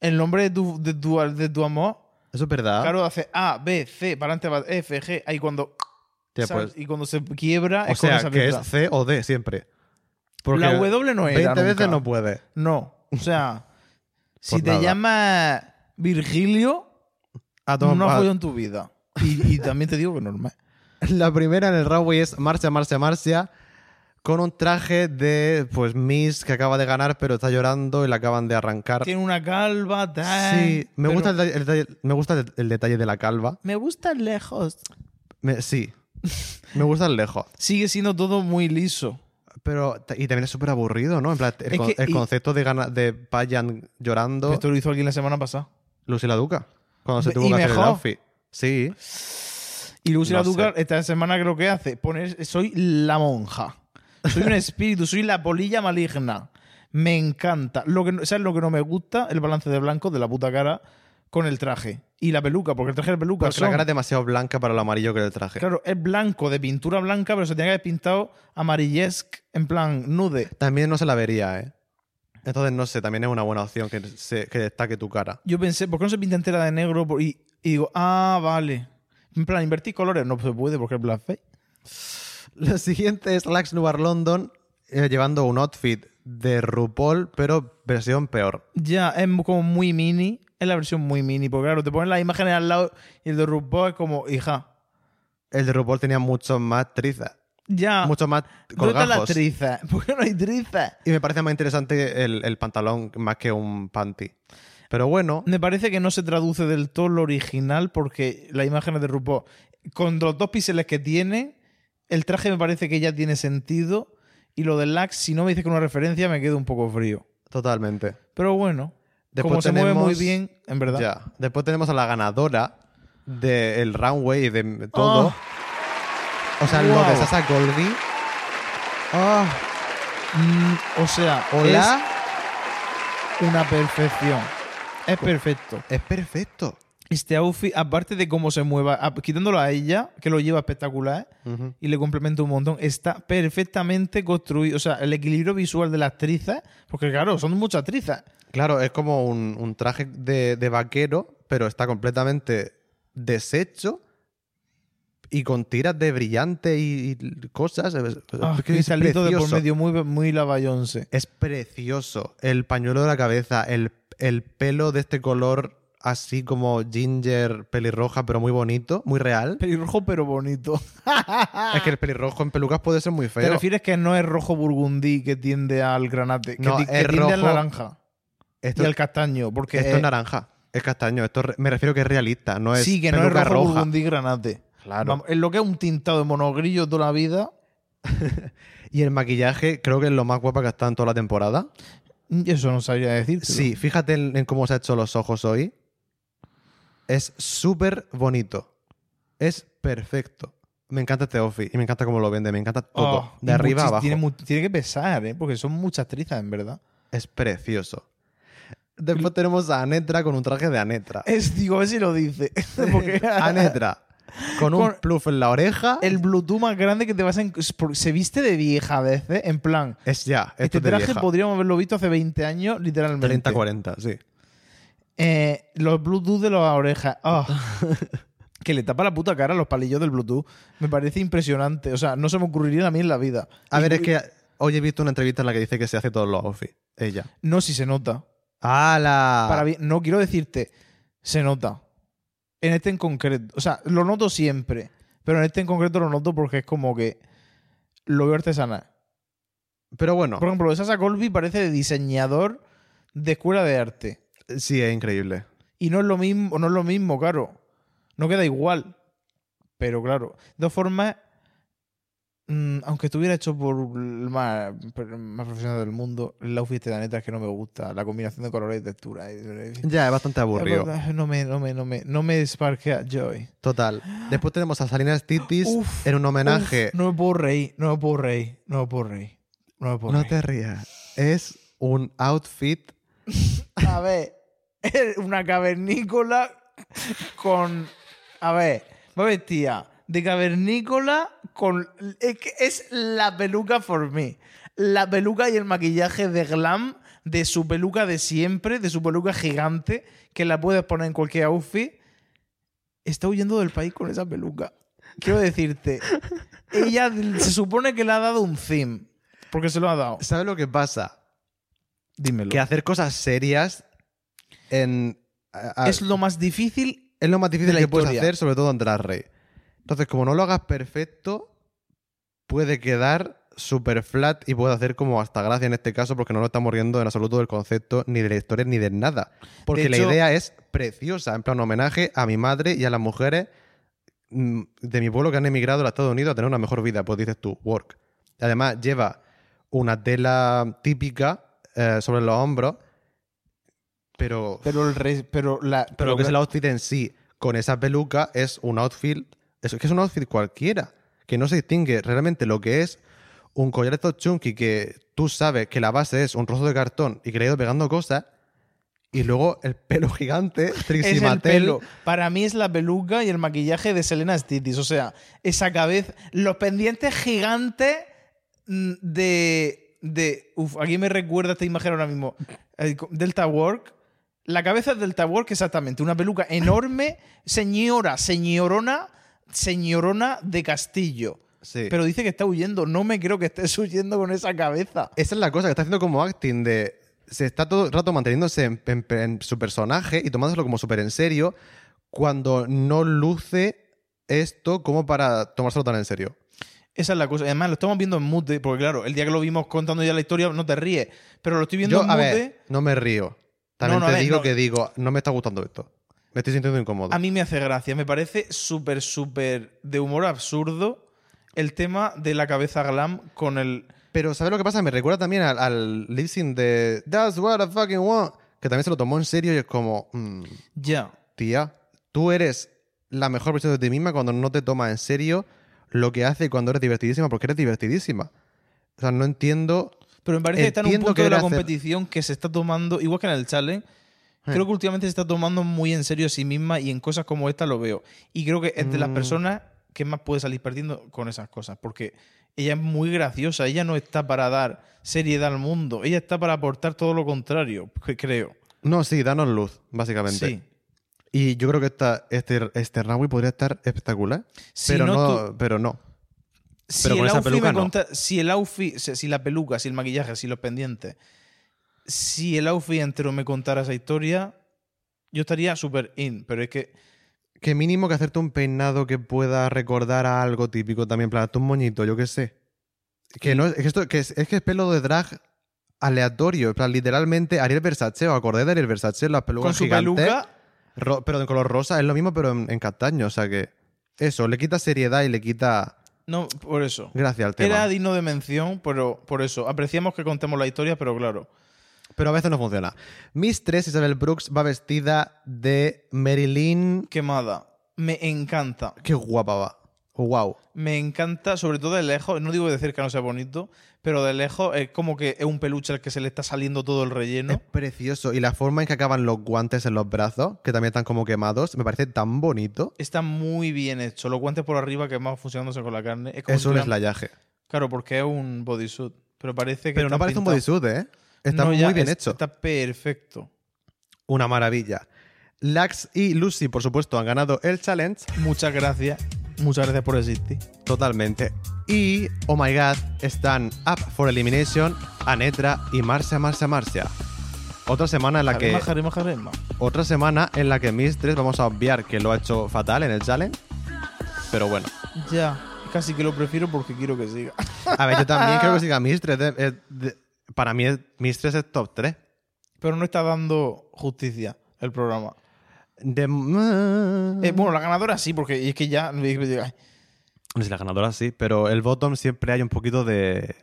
Speaker 4: El nombre de tu, de tu, de tu amor.
Speaker 3: ¿Eso es verdad?
Speaker 4: Claro, hace A, B, C, para adelante, para F, G. Ahí cuando.
Speaker 3: Tía,
Speaker 4: ¿sabes?
Speaker 3: pues,
Speaker 4: Y cuando se quiebra.
Speaker 3: o
Speaker 4: es con
Speaker 3: sea,
Speaker 4: esa
Speaker 3: que es
Speaker 4: letra.
Speaker 3: C o D siempre. Porque
Speaker 4: La W no era.
Speaker 3: 20
Speaker 4: nunca.
Speaker 3: veces no puede.
Speaker 4: No. O sea, si
Speaker 3: Pues
Speaker 4: te
Speaker 3: nada.
Speaker 4: llamas Virgilio.
Speaker 3: A tomar-
Speaker 4: no has
Speaker 3: a-
Speaker 4: jodido en tu vida. Y, y también te digo que normal.
Speaker 3: La primera en el runway es Marcia, Marcia, Marcia, con un traje de pues Miss que acaba de ganar, pero está llorando y la acaban de arrancar.
Speaker 4: Tiene una calva, tal.
Speaker 3: Sí, me
Speaker 4: pero
Speaker 3: gusta, el, detalle- el detalle- me gusta el- el detalle de la calva.
Speaker 4: Me gusta lejos.
Speaker 3: Me- sí, me gusta el lejos.
Speaker 4: Sigue siendo todo muy liso.
Speaker 3: Pero, ta- y también es súper aburrido, ¿no? En plan, el,
Speaker 4: Es
Speaker 3: con-
Speaker 4: que-
Speaker 3: el
Speaker 4: y-
Speaker 3: concepto de, gana, de Payan llorando,
Speaker 4: Esto lo hizo alguien la semana pasada.
Speaker 3: Lucy la Duca, cuando se
Speaker 4: Ve-
Speaker 3: tuvo
Speaker 4: y
Speaker 3: que hacer el
Speaker 4: mejor.
Speaker 3: outfit. Sí,
Speaker 4: Y Lucy
Speaker 3: No
Speaker 4: la Duca
Speaker 3: sé.
Speaker 4: esta semana creo que hace poner soy la monja. Soy un espíritu, soy la polilla maligna. Me encanta. Lo que no- ¿Sabes lo que no me gusta? El balance de blanco de la puta cara con el traje. Y la peluca, porque el traje de peluca
Speaker 3: porque la
Speaker 4: son-
Speaker 3: cara es demasiado blanca para lo amarillo que era el traje.
Speaker 4: Claro, es blanco, de pintura blanca, pero se tenía que haber pintado amarillesc, en plan nude.
Speaker 3: También no se la vería, ¿eh? Entonces, no sé, también es una buena opción que, se- que destaque tu cara.
Speaker 4: Yo pensé, ¿por qué no se pinta entera de negro? Por- Y, y digo, ah, vale. En plan, invertir colores no se puede porque es blackface.
Speaker 3: Lo siguiente es Lax Noir London eh, llevando un outfit de RuPaul, pero versión peor.
Speaker 4: Ya, es mu- como muy mini. Es la versión muy mini. Porque claro, te ponen las imágenes al lado y el de RuPaul es como, hija,
Speaker 3: El de RuPaul tenía mucho más trizas,
Speaker 4: ya.
Speaker 3: mucho más
Speaker 4: ¿Dónde están las
Speaker 3: colgajos.
Speaker 4: trizas? ¿Por qué no hay trizas?
Speaker 3: Y me parece más interesante el, el pantalón más que un panty. Pero bueno,
Speaker 4: Me parece que no se traduce del todo lo original porque las imágenes de RuPaul, con los dos píxeles que tiene, el traje me parece que ya tiene sentido. Y lo del lax, si no me dices con una referencia, me quedo un poco frío.
Speaker 3: totalmente.
Speaker 4: Pero bueno,
Speaker 3: Después
Speaker 4: como se
Speaker 3: tenemos-
Speaker 4: mueve muy bien, en verdad.
Speaker 3: Ya. Después tenemos a la ganadora del runway y de todo.
Speaker 4: Oh.
Speaker 3: O sea, lo de
Speaker 4: Wow.
Speaker 3: Sasa Goldie. Ah,
Speaker 4: Mm, o sea,
Speaker 3: hola.
Speaker 4: es una perfección. Es perfecto.
Speaker 3: es perfecto.
Speaker 4: Este outfit, aparte de cómo se mueva, a- quitándolo a ella, que lo lleva espectacular
Speaker 3: Ujú.
Speaker 4: y le complementa un montón, está perfectamente construido. O sea, el equilibrio visual de las trizas, porque claro, son muchas trizas.
Speaker 3: Claro, es como un, un traje de, de vaquero, pero está completamente deshecho y con tiras de brillante y, y cosas. Es, es-
Speaker 4: Ah,
Speaker 3: es que es
Speaker 4: cristalito de por
Speaker 3: precioso.
Speaker 4: medio, muy, muy lavallonce.
Speaker 3: Es precioso. El pañuelo de la cabeza, el, el pelo de este color así como ginger, pelirroja, pero muy bonito, muy real.
Speaker 4: Pelirrojo, pero bonito.
Speaker 3: Es que el pelirrojo en pelucas puede ser muy
Speaker 4: Ah. ¿Te
Speaker 3: feo.
Speaker 4: refieres que no es rojo burgundí que tiende al granate? Que,
Speaker 3: No,
Speaker 4: ti-
Speaker 3: es
Speaker 4: que tiende al
Speaker 3: rojo-
Speaker 4: naranja
Speaker 3: Esto,
Speaker 4: y al castaño. Porque
Speaker 3: esto
Speaker 4: es-
Speaker 3: es naranja, es castaño. Esto re- me refiero que es realista, no es
Speaker 4: sí, que no es
Speaker 3: peluca
Speaker 4: rojo
Speaker 3: roja.
Speaker 4: burgundí granate.
Speaker 3: Claro.
Speaker 4: Vamos, es lo que es un tintado de monogrillo toda la vida.
Speaker 3: Y el maquillaje creo que es lo más guapa que ha estado en toda la temporada.
Speaker 4: Mm, Eso no sabría decir.
Speaker 3: Sí, fíjate en, en cómo se ha hecho los ojos hoy. Es súper bonito. Es perfecto. Me encanta este outfit y me encanta cómo lo vende, me encanta todo. de arriba a abajo.
Speaker 4: Ah, Oh, Tiene, mu- tiene que pesar, ¿eh? porque son muchas trizas, en verdad.
Speaker 3: Es precioso.
Speaker 4: Eh,
Speaker 3: Después tenemos a Anetra con un traje de Anetra.
Speaker 4: Es, digo, a ver si lo dice. porque
Speaker 3: Anetra. con un
Speaker 4: Con-
Speaker 3: pluff en la oreja.
Speaker 4: El Bluetooth más grande que te vas a. en- es por- Se viste de vieja a veces, en plan.
Speaker 3: Es ya, esto
Speaker 4: Este
Speaker 3: es de
Speaker 4: traje
Speaker 3: vieja.
Speaker 4: podríamos haberlo visto hace 20 años, literalmente.
Speaker 3: 30, 40, sí.
Speaker 4: Eh, los Bluetooth de las orejas. Ah. que le tapa la puta cara a los palillos del Bluetooth. Me parece impresionante. O sea, no se me ocurriría a mí en la vida.
Speaker 3: A ver, es
Speaker 4: Inclu-
Speaker 3: que hoy he visto una entrevista en la que dice que se hace todos los outfits. Ella.
Speaker 4: No, si se nota. Ah,
Speaker 3: ¡Hala!
Speaker 4: Para bien- no quiero decirte, se nota. En este en concreto. O sea, lo noto siempre. Pero en este en concreto lo noto porque es como que lo veo artesanal.
Speaker 3: Pero bueno,
Speaker 4: Por ejemplo, Sasa Colby parece de diseñador de escuela de arte.
Speaker 3: sí, es increíble.
Speaker 4: Y no es lo mismo, no es lo mismo, claro. No queda igual. Pero claro, de todas formas, mm, aunque estuviera hecho por el más, por el más profesional del mundo, el outfit de la neta es que no me gusta. La combinación de colores y texturas.
Speaker 3: Ya, es bastante aburrido.
Speaker 4: No me, no me, no me, no me sparkea joy.
Speaker 3: Total. Después tenemos a Salinas Titis
Speaker 4: Uf,
Speaker 3: en un homenaje.
Speaker 4: Uf, no me puedo reír, no me puedo reír, no me puedo reír. No me puedo
Speaker 3: no
Speaker 4: reír.
Speaker 3: te rías. Es un outfit.
Speaker 4: A ver, una cavernícola con. A ver, va vestida de cavernícola con. Es que es la peluca for me. La peluca y el maquillaje de glam de su peluca de siempre, de su peluca gigante, que la puedes poner en cualquier outfit. Está huyendo del país con esa peluca. Quiero decirte, ella se supone que le ha dado un theme. Porque se lo ha dado.
Speaker 3: ¿Sabes lo que pasa?
Speaker 4: Dímelo.
Speaker 3: Que hacer cosas serias en. a- a-
Speaker 4: es lo más difícil
Speaker 3: es lo más difícil
Speaker 4: la
Speaker 3: que puedes
Speaker 4: historia.
Speaker 3: hacer, sobre todo en Drag Race. Entonces, como no lo hagas perfecto, puede quedar súper flat y puede hacer como hasta gracia en este caso, porque no lo estamos riendo en absoluto del concepto, ni de la historia, ni de nada. Porque
Speaker 4: De
Speaker 3: la
Speaker 4: hecho-
Speaker 3: idea es preciosa, en plan homenaje a mi madre y a las mujeres mm, de mi pueblo que han emigrado a Estados Unidos a tener una mejor vida. Pues dices tú, work. Además, lleva una tela típica eh, sobre los hombros, pero
Speaker 4: Pero el re- pero la
Speaker 3: pero lo que es el
Speaker 4: la
Speaker 3: outfit en sí, con esa peluca, es un outfit. Es que es un outfit cualquiera. Que no se distingue realmente lo que es un collar de estos chunky que tú sabes que la base es un trozo de cartón y que le ha ido pegando cosas. Y luego el pelo gigante, Trixie
Speaker 4: es el
Speaker 3: Mattel.
Speaker 4: pelo. Para mí es la peluca y el maquillaje de Selena Stitis. O sea, esa cabeza. Los pendientes gigantes mm, de. de uf, aquí me recuerda esta imagen ahora mismo. El co- Delta Work. La cabeza es Delta Work, exactamente. Una peluca enorme, señora, señorona, señorona de Castillo.
Speaker 3: Sí.
Speaker 4: Pero dice que está huyendo. No me creo que estés huyendo con esa cabeza.
Speaker 3: Esa es la cosa que está haciendo como acting de... Se está todo el rato manteniéndose en, en- en su personaje y tomándoselo como súper en serio cuando no luce esto como para tomárselo tan en serio.
Speaker 4: Esa es la cosa. Además, lo estamos viendo en mute, porque claro, el día que lo vimos contando ya la historia, no te ríes. Pero lo estoy viendo
Speaker 3: Yo,
Speaker 4: en
Speaker 3: a
Speaker 4: mute.
Speaker 3: ver, no me río. También
Speaker 4: No, no,
Speaker 3: te
Speaker 4: a ver,
Speaker 3: digo
Speaker 4: no.
Speaker 3: que digo, no me está gustando esto. Me estoy sintiendo incómodo.
Speaker 4: A mí me hace gracia. Me parece súper, súper de humor absurdo el tema de la cabeza glam con el.
Speaker 3: Pero ¿sabes lo que pasa? Me recuerda también al, al lip sync de That's what I fucking want. Que también se lo tomó en serio y es como, mm,
Speaker 4: Ya.
Speaker 3: tía, tú eres la mejor versión de ti misma cuando no te tomas en serio lo que hace cuando eres divertidísima, porque eres divertidísima. O sea, no entiendo.
Speaker 4: Pero me parece que está en un
Speaker 3: Entiendo
Speaker 4: punto
Speaker 3: que
Speaker 4: de la
Speaker 3: era hacer-
Speaker 4: competición que se está tomando, igual que en el challenge, creo que últimamente se está tomando muy en serio a sí misma y en cosas como esta lo veo. Y creo que es de las
Speaker 3: Mm.
Speaker 4: personas que más puede salir perdiendo con esas cosas, porque ella es muy graciosa, ella no está para dar seriedad al mundo, ella está para aportar todo lo contrario, que creo.
Speaker 3: No, sí, danos luz, básicamente.
Speaker 4: Sí.
Speaker 3: Y yo creo que esta, este, este runway podría estar espectacular,
Speaker 4: Si
Speaker 3: pero,
Speaker 4: no,
Speaker 3: no,
Speaker 4: tú-
Speaker 3: pero no.
Speaker 4: si
Speaker 3: pero con
Speaker 4: el
Speaker 3: esa
Speaker 4: outfit
Speaker 3: peluca
Speaker 4: me
Speaker 3: no.
Speaker 4: conta- si el outfit, si si la peluca, si el maquillaje, si los pendientes, si el outfit entero me contara esa historia, yo estaría súper in, pero es que
Speaker 3: Que mínimo que hacerte un peinado que pueda recordar a algo típico también, en plan, hazte un moñito, yo qué sé. Que no es, que esto, que es, es que es pelo de drag aleatorio, en plan, literalmente Ariel Versace, o acordé de Ariel Versace, las pelucas
Speaker 4: con su
Speaker 3: gigantes,
Speaker 4: peluca
Speaker 3: ro- pero de color rosa, es lo mismo pero en, en castaño, o sea que eso, le quita seriedad y le quita
Speaker 4: No, por eso.
Speaker 3: gracia al tema.
Speaker 4: Era digno de mención, pero por eso. Apreciamos que contemos la historia, pero claro.
Speaker 3: Pero a veces no funciona. Mistress Isabel Brooks va vestida de Marilyn,
Speaker 4: Quemada. Me encanta.
Speaker 3: qué guapa va. Wow.
Speaker 4: Me encanta, sobre todo de lejos, no digo de cerca no sea bonito, pero de lejos es como que es un peluche al que se le está saliendo todo el
Speaker 3: Es
Speaker 4: relleno.
Speaker 3: precioso. Y la forma en que acaban los guantes en los brazos, que también están como quemados, me parece tan bonito.
Speaker 4: Está muy bien hecho. Los guantes por arriba que van fusionándose con la carne. Es, como
Speaker 3: Es
Speaker 4: si
Speaker 3: un
Speaker 4: tuvieran-
Speaker 3: slayaje.
Speaker 4: Claro, porque es un bodysuit. Pero parece que.
Speaker 3: Pero no
Speaker 4: están
Speaker 3: parece un
Speaker 4: pintados.
Speaker 3: bodysuit, ¿eh? Está
Speaker 4: No,
Speaker 3: muy
Speaker 4: ya,
Speaker 3: bien
Speaker 4: es-
Speaker 3: hecho.
Speaker 4: Está perfecto.
Speaker 3: Una maravilla. Lax y Lucy, por supuesto, han ganado el challenge.
Speaker 4: Muchas gracias. Muchas gracias por existir.
Speaker 3: Totalmente. Y, oh my god, están Up for Elimination, Anetra y Marcia, Marcia, Marcia. Otra semana en la que.
Speaker 4: Jarema, jarema, jarema.
Speaker 3: Otra semana en la que Mistress vamos a obviar que lo ha hecho fatal en el challenge. Pero bueno.
Speaker 4: Ya. Casi que lo prefiero porque quiero que siga.
Speaker 3: A ver, yo también creo que siga Mistress. eh, eh, de- para mí, es- Mistress es top 3.
Speaker 4: Pero no está dando justicia el programa.
Speaker 3: De... Mm.
Speaker 4: Eh, bueno, la ganadora sí, porque y es que ya. ay,
Speaker 3: No sé, la ganadora sí, pero el bottom siempre hay un poquito de,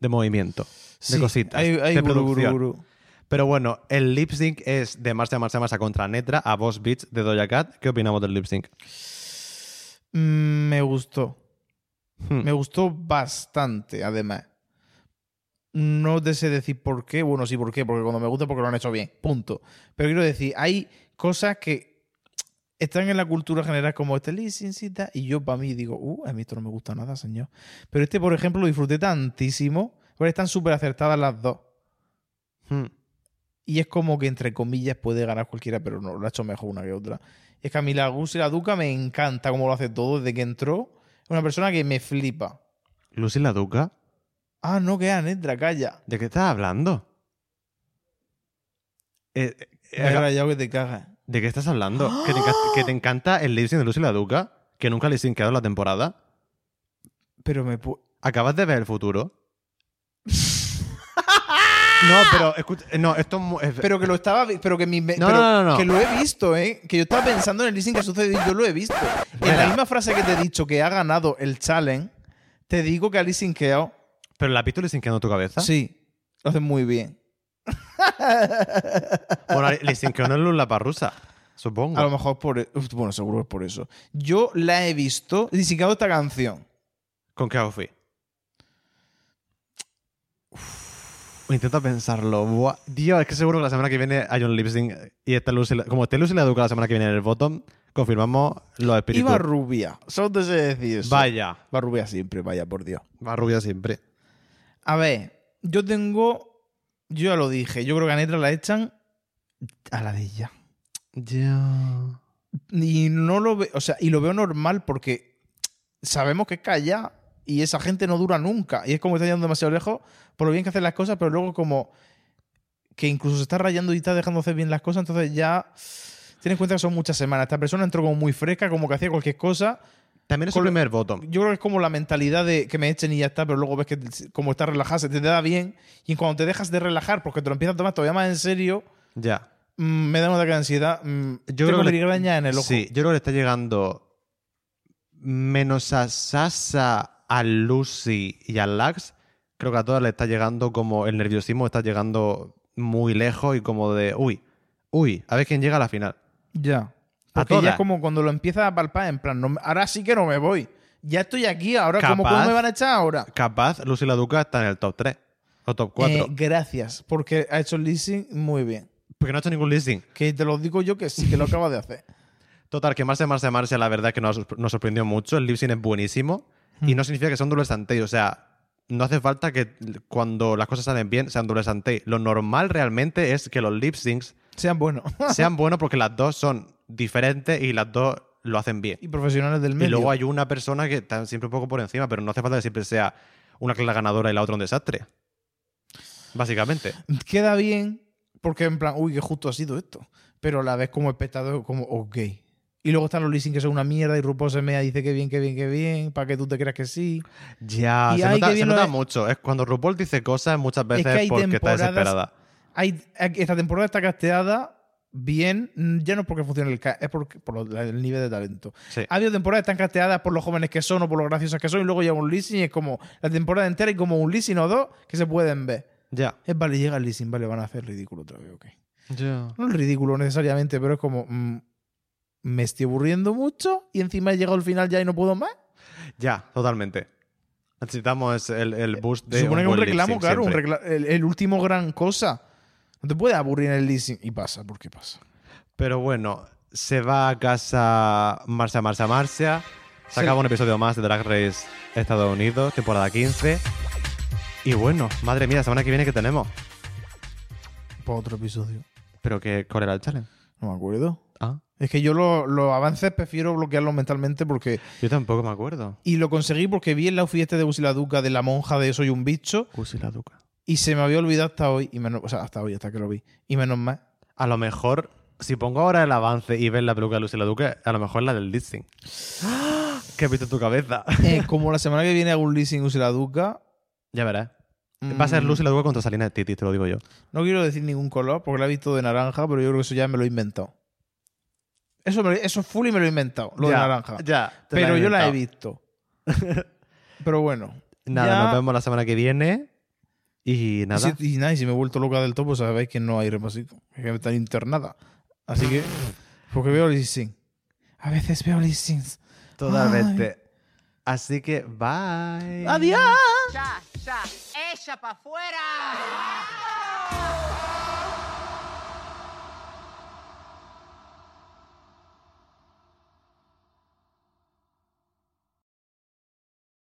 Speaker 3: de movimiento,
Speaker 4: sí,
Speaker 3: de cositas,
Speaker 4: ay, ay,
Speaker 3: de
Speaker 4: gurú, gurú,
Speaker 3: producción.
Speaker 4: gurú.
Speaker 3: Pero bueno, el lip sync es de Marcia Marcia Marcia contra Netra a Boss Beats de Doja Cat. ¿Qué opinamos del lip sync?
Speaker 4: Mm, Me gustó.
Speaker 3: Hmm.
Speaker 4: Me gustó bastante, además. No te sé decir por qué. Bueno, sí, por qué. Porque cuando me gusta, porque lo han hecho bien. Punto. Pero quiero decir, hay cosas que están en la cultura general como este lip sync, sí, tal, Y yo para mí digo, uh, a mí esto no me gusta nada, señor. Pero este, por ejemplo, lo disfruté tantísimo. Porque están súper acertadas las dos.
Speaker 3: Hmm.
Speaker 4: Y es como que, entre comillas, puede ganar cualquiera, pero no, lo ha hecho mejor una que otra. Es que a mí la Gus y la Duca me encanta como lo hace todo desde que entró. Es una persona que me flipa.
Speaker 3: Lucy la Duca,
Speaker 4: Ah, no, que Anetra, calla.
Speaker 3: ¿de qué estás hablando? Eh, eh,
Speaker 4: Me he rayado que te cagas.
Speaker 3: ¿De qué estás hablando? ¿Que te, enca- que te encanta el lip sync de Lucy la Duca? ¿Que nunca le synqueado en la temporada?
Speaker 4: Pero me pu-
Speaker 3: ¿Acabas de ver el futuro? no, pero escucha, eh, no, esto es mu- es-
Speaker 4: Pero que lo estaba. vi- Pero que mi. me-
Speaker 3: No,
Speaker 4: pero
Speaker 3: no, no, no.
Speaker 4: Que lo he visto, ¿eh? Que yo estaba pensando en el leasing que ha sucedido y yo lo he visto. En
Speaker 3: Mira.
Speaker 4: la misma frase que te he dicho que ha ganado el challenge, te digo que ha lisinqueado.
Speaker 3: ¿Pero la has visto lisinqueando tu cabeza?
Speaker 4: Sí. Lo hace muy bien.
Speaker 3: Bueno, lisinqueó no es Lula Parrusa, supongo.
Speaker 4: A lo mejor por. e- Uf, bueno, seguro es por eso. Yo la he visto lisinqueado esta canción.
Speaker 3: ¿Con qué outfit? Intenta pensarlo. Buah, Dios, es que seguro que la semana que viene hay un lip sync y este esta Lucy, la- como esté Lucy la Duca la semana que viene en el bottom, confirmamos los espíritus.
Speaker 4: Iba rubia. Solo te sé decir eso.
Speaker 3: Vaya,
Speaker 4: Va rubia siempre, vaya, por Dios.
Speaker 3: va rubia siempre.
Speaker 4: A ver, yo tengo. Yo ya lo dije, yo creo que a Netra la echan a la de ella.
Speaker 3: Ya.
Speaker 4: Y no lo veo. O sea, y lo veo normal porque sabemos que es calla y esa gente no dura nunca. Y es como que está yendo demasiado lejos por lo bien que hacen las cosas, pero luego como que incluso se está rayando y está dejando hacer bien las cosas, entonces ya. Ten en cuenta que son muchas semanas. Esta persona entró como muy fresca, como que hacía cualquier cosa.
Speaker 3: También es
Speaker 4: Con
Speaker 3: el
Speaker 4: lo-
Speaker 3: primer bottom.
Speaker 4: Yo creo que es como la mentalidad de que me echen y ya está, pero luego ves que como estás relajada se te da bien. Y cuando te dejas de relajar porque te lo empiezas a tomar todavía más en serio,
Speaker 3: Ya.
Speaker 4: mm, me da una ataque de ansiedad. mm,
Speaker 3: Yo
Speaker 4: tengo
Speaker 3: creo que le-
Speaker 4: migraña en el ojo.
Speaker 3: Sí, yo creo que le está llegando menos a Sasa, a Lucy y a Lax. Creo que a todas le está llegando como el nerviosismo está llegando muy lejos y como de, uy, uy, a ver quién llega a la final.
Speaker 4: Ya.
Speaker 3: A
Speaker 4: Porque ya
Speaker 3: todas.
Speaker 4: es como cuando lo empiezas a palpar, en plan, no me- ahora sí que no me voy. Ya estoy aquí, ahora ¿cómo,
Speaker 3: Capaz.
Speaker 4: cómo me van a echar ahora?
Speaker 3: Capaz, Lucy la Duca está en el top 3 o top 4.
Speaker 4: Eh, gracias, porque ha hecho el leasing muy bien.
Speaker 3: porque no ha hecho ningún listing.
Speaker 4: Que te lo digo yo que sí, que lo acaba de hacer.
Speaker 3: Total, que Marcia, Marcia, Marcia, la verdad es que nos, nos sorprendió mucho. El lip sync es buenísimo. Y no significa que sea un doble santey. O sea, no hace falta que cuando las cosas salen bien sean doble santey. Lo normal realmente es que los lip syncs
Speaker 4: Sean buenos.
Speaker 3: sean buenos porque las dos son diferentes y las dos lo hacen bien.
Speaker 4: y profesionales del medio.
Speaker 3: Y luego hay una persona que está siempre un poco por encima, pero no hace falta que siempre sea una clara ganadora y la otra un desastre. Básicamente.
Speaker 4: queda bien porque en plan, uy, que justo ha sido esto. Pero a la vez como espectador, como, ok. Y luego están los leasing que son una mierda y RuPaul se mea y dice que bien, que bien, que bien, para que tú te creas que sí.
Speaker 3: Ya,
Speaker 4: Y
Speaker 3: se
Speaker 4: ay,
Speaker 3: nota,
Speaker 4: qué
Speaker 3: se
Speaker 4: bien lo
Speaker 3: nota
Speaker 4: es.
Speaker 3: mucho. Es cuando RuPaul dice cosas muchas veces
Speaker 4: hay
Speaker 3: porque está
Speaker 4: temporadas-
Speaker 3: desesperada.
Speaker 4: Hay, esta temporada está casteada bien, mm, ya no es porque funcione el cast, es porque, por lo- el nivel de talento.
Speaker 3: Sí.
Speaker 4: Ha habido temporadas que están casteadas por los jóvenes que son o por los graciosas que son y luego llega un leasing y es como la temporada entera y como un leasing o dos que se pueden ver.
Speaker 3: Ya.
Speaker 4: Es vale, llega el leasing, vale, van a hacer ridículo otra vez, ok.
Speaker 3: Ya.
Speaker 4: No es ridículo necesariamente, pero es como. mm, me estoy aburriendo mucho y encima he llegado al final ya y no puedo más.
Speaker 3: Ya, totalmente. Necesitamos ese- el,
Speaker 4: Eh,
Speaker 3: el boost de.
Speaker 4: Se supone que un
Speaker 3: buen lip
Speaker 4: reclamo,
Speaker 3: sync
Speaker 4: claro, un
Speaker 3: siempre.
Speaker 4: recla- el, el último gran cosa. No te puede aburrir en el leasing. Y pasa, ¿por qué pasa?
Speaker 3: Pero bueno, se va a casa Marcia, Marcia, Marcia. Se
Speaker 4: Sí.
Speaker 3: acaba un episodio más de Drag Race Estados Unidos, temporada 15. Y bueno, madre mía, la semana que viene que tenemos.
Speaker 4: Para otro episodio.
Speaker 3: Pero que correrá el challenge.
Speaker 4: No me acuerdo.
Speaker 3: Ah,
Speaker 4: Es que yo lo- los avances prefiero bloquearlos mentalmente porque.
Speaker 3: yo tampoco me acuerdo.
Speaker 4: Y lo conseguí porque vi en la fiesta de Duca de la monja de Soy un bicho
Speaker 3: Cusi la duca.
Speaker 4: y se me había olvidado hasta hoy. Y menos, o sea, hasta hoy, hasta que lo vi. Y menos mal.
Speaker 3: A lo mejor, si pongo ahora el avance y ves la peluca de Lucy la Duque, a lo mejor la del listing. ¿Qué has visto en tu cabeza?
Speaker 4: Eh, como la semana que viene hago un leasing Duca mm,
Speaker 3: ya verás. Va a ser Lucy la Duque contra Salina de Titi, te lo digo yo.
Speaker 4: No quiero decir ningún color porque la he visto de naranja, pero yo creo que eso ya me lo he inventado. Eso, me lo- eso es full y me lo he inventado, lo de
Speaker 3: Ya,
Speaker 4: naranja.
Speaker 3: Ya. te
Speaker 4: pero
Speaker 3: has
Speaker 4: yo la he
Speaker 3: inventado.
Speaker 4: visto. pero bueno.
Speaker 3: Nada,
Speaker 4: Ya-
Speaker 3: nos vemos la semana que viene. Y
Speaker 4: Y
Speaker 3: nada.
Speaker 4: si, y nada, y si me he vuelto loca del topo, sabéis que no hay repasito. Es que está internada. Así que. Porque veo leasing. A veces veo leasings.
Speaker 3: Totalmente. Así que bye.
Speaker 4: ¡Adiós!
Speaker 1: ¡Ya, ya! ¡Ella para afuera!